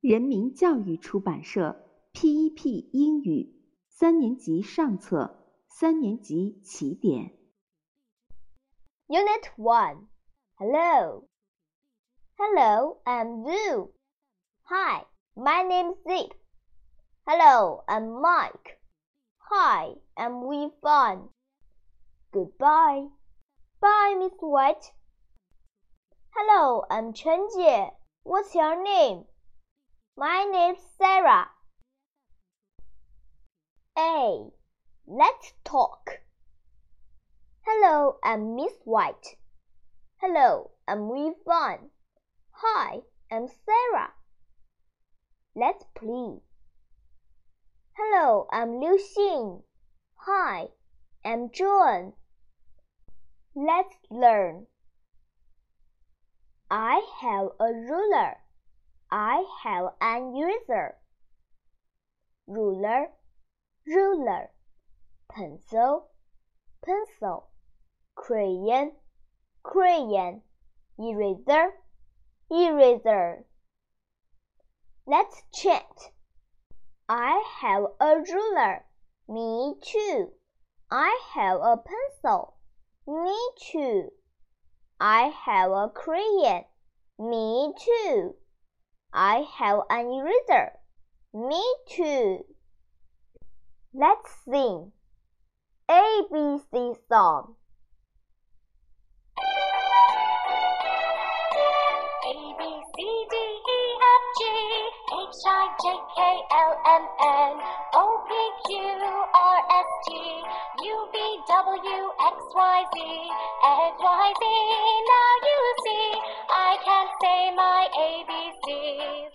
人民教育出版社 （P.E.P. 英语）三年级上册，三年级起点。 Unit 1 Hello. Hello, I'm Zoo. Hi, my name's Zip. Hello, I'm Mike. Hi, I'm Wee Fun. Goodbye. Bye, Miss White. Hello, I'm Chen Jie. What's your name? My name's Sarah. A. Let's talk. Hello, I'm Miss White. Hello, I'm Wee Fun. Hi, I'm Sarah. Let's play. Hello, I'm Liu Xin. Hi, I'm John. Let's learn. I have a ruler. I have an eraser. Ruler, ruler. Pencil, pencil. Crayon, crayon. Eraser, eraser. Let's chant. I have a ruler. Me too. I have a pencil. Me too. I have a crayon. Me too. I have an eraser. Me too. Let's sing ABC song. A B C D E F G H I J K L M N O P Q R S T U V W X Y Z X Y Z. Now you see, I can say my ABCs.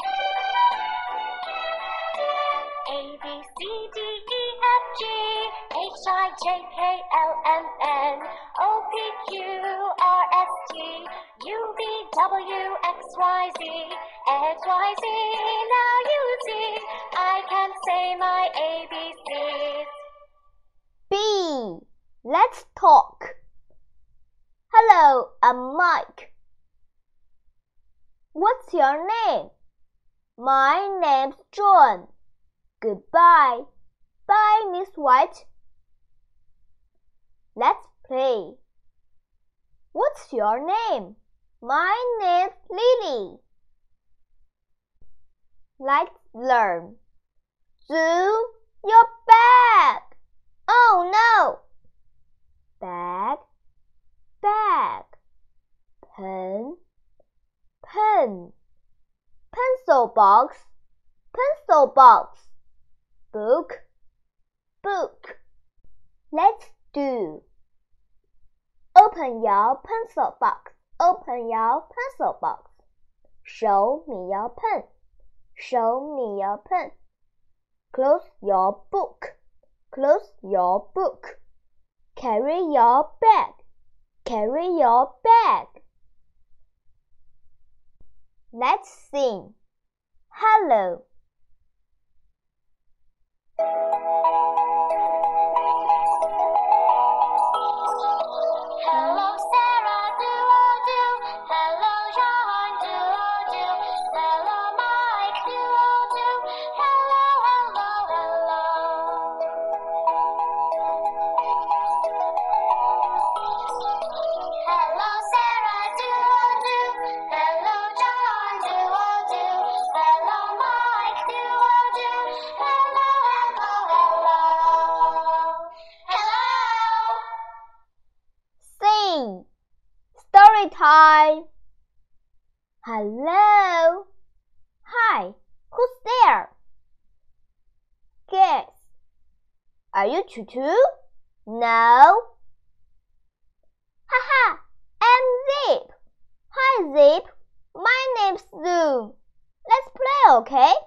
A B C D E F G H I J K L M N O P Q R S T U V W X Y Z X Y Z. Now you see, I can say my ABCs. B. Let's talk. Hello, I'm Mike. What's your name? My name's John. Goodbye. Bye, Miss White. Let's play. What's your name? My name's Lily. Let's learn. Zoom your bag. Oh no. Bag, bag. Pen, pen. Pencil box, pencil box book, book. Let's do. Open your pencil box. Open your pencil box. Show me your pen. Show me your pen. Close your book. Close your book. Carry your bag. Carry your bag. Let's sing. Hello. Hello, Sarah, do o do. Hello, John, do o do. Hello, Mike, do o do. Hello, hello, hello. Hello, Sarah, do o do. Hello, John, do o do. Hello, Mike, do o do. Hello, hello, hello. Hello. Sing. Story time. Hello. Hi. Who's there? Guess. Are you Tutu? No. Haha. I'm Zip. Hi Zip. My name's Zoom. Let's play, okay?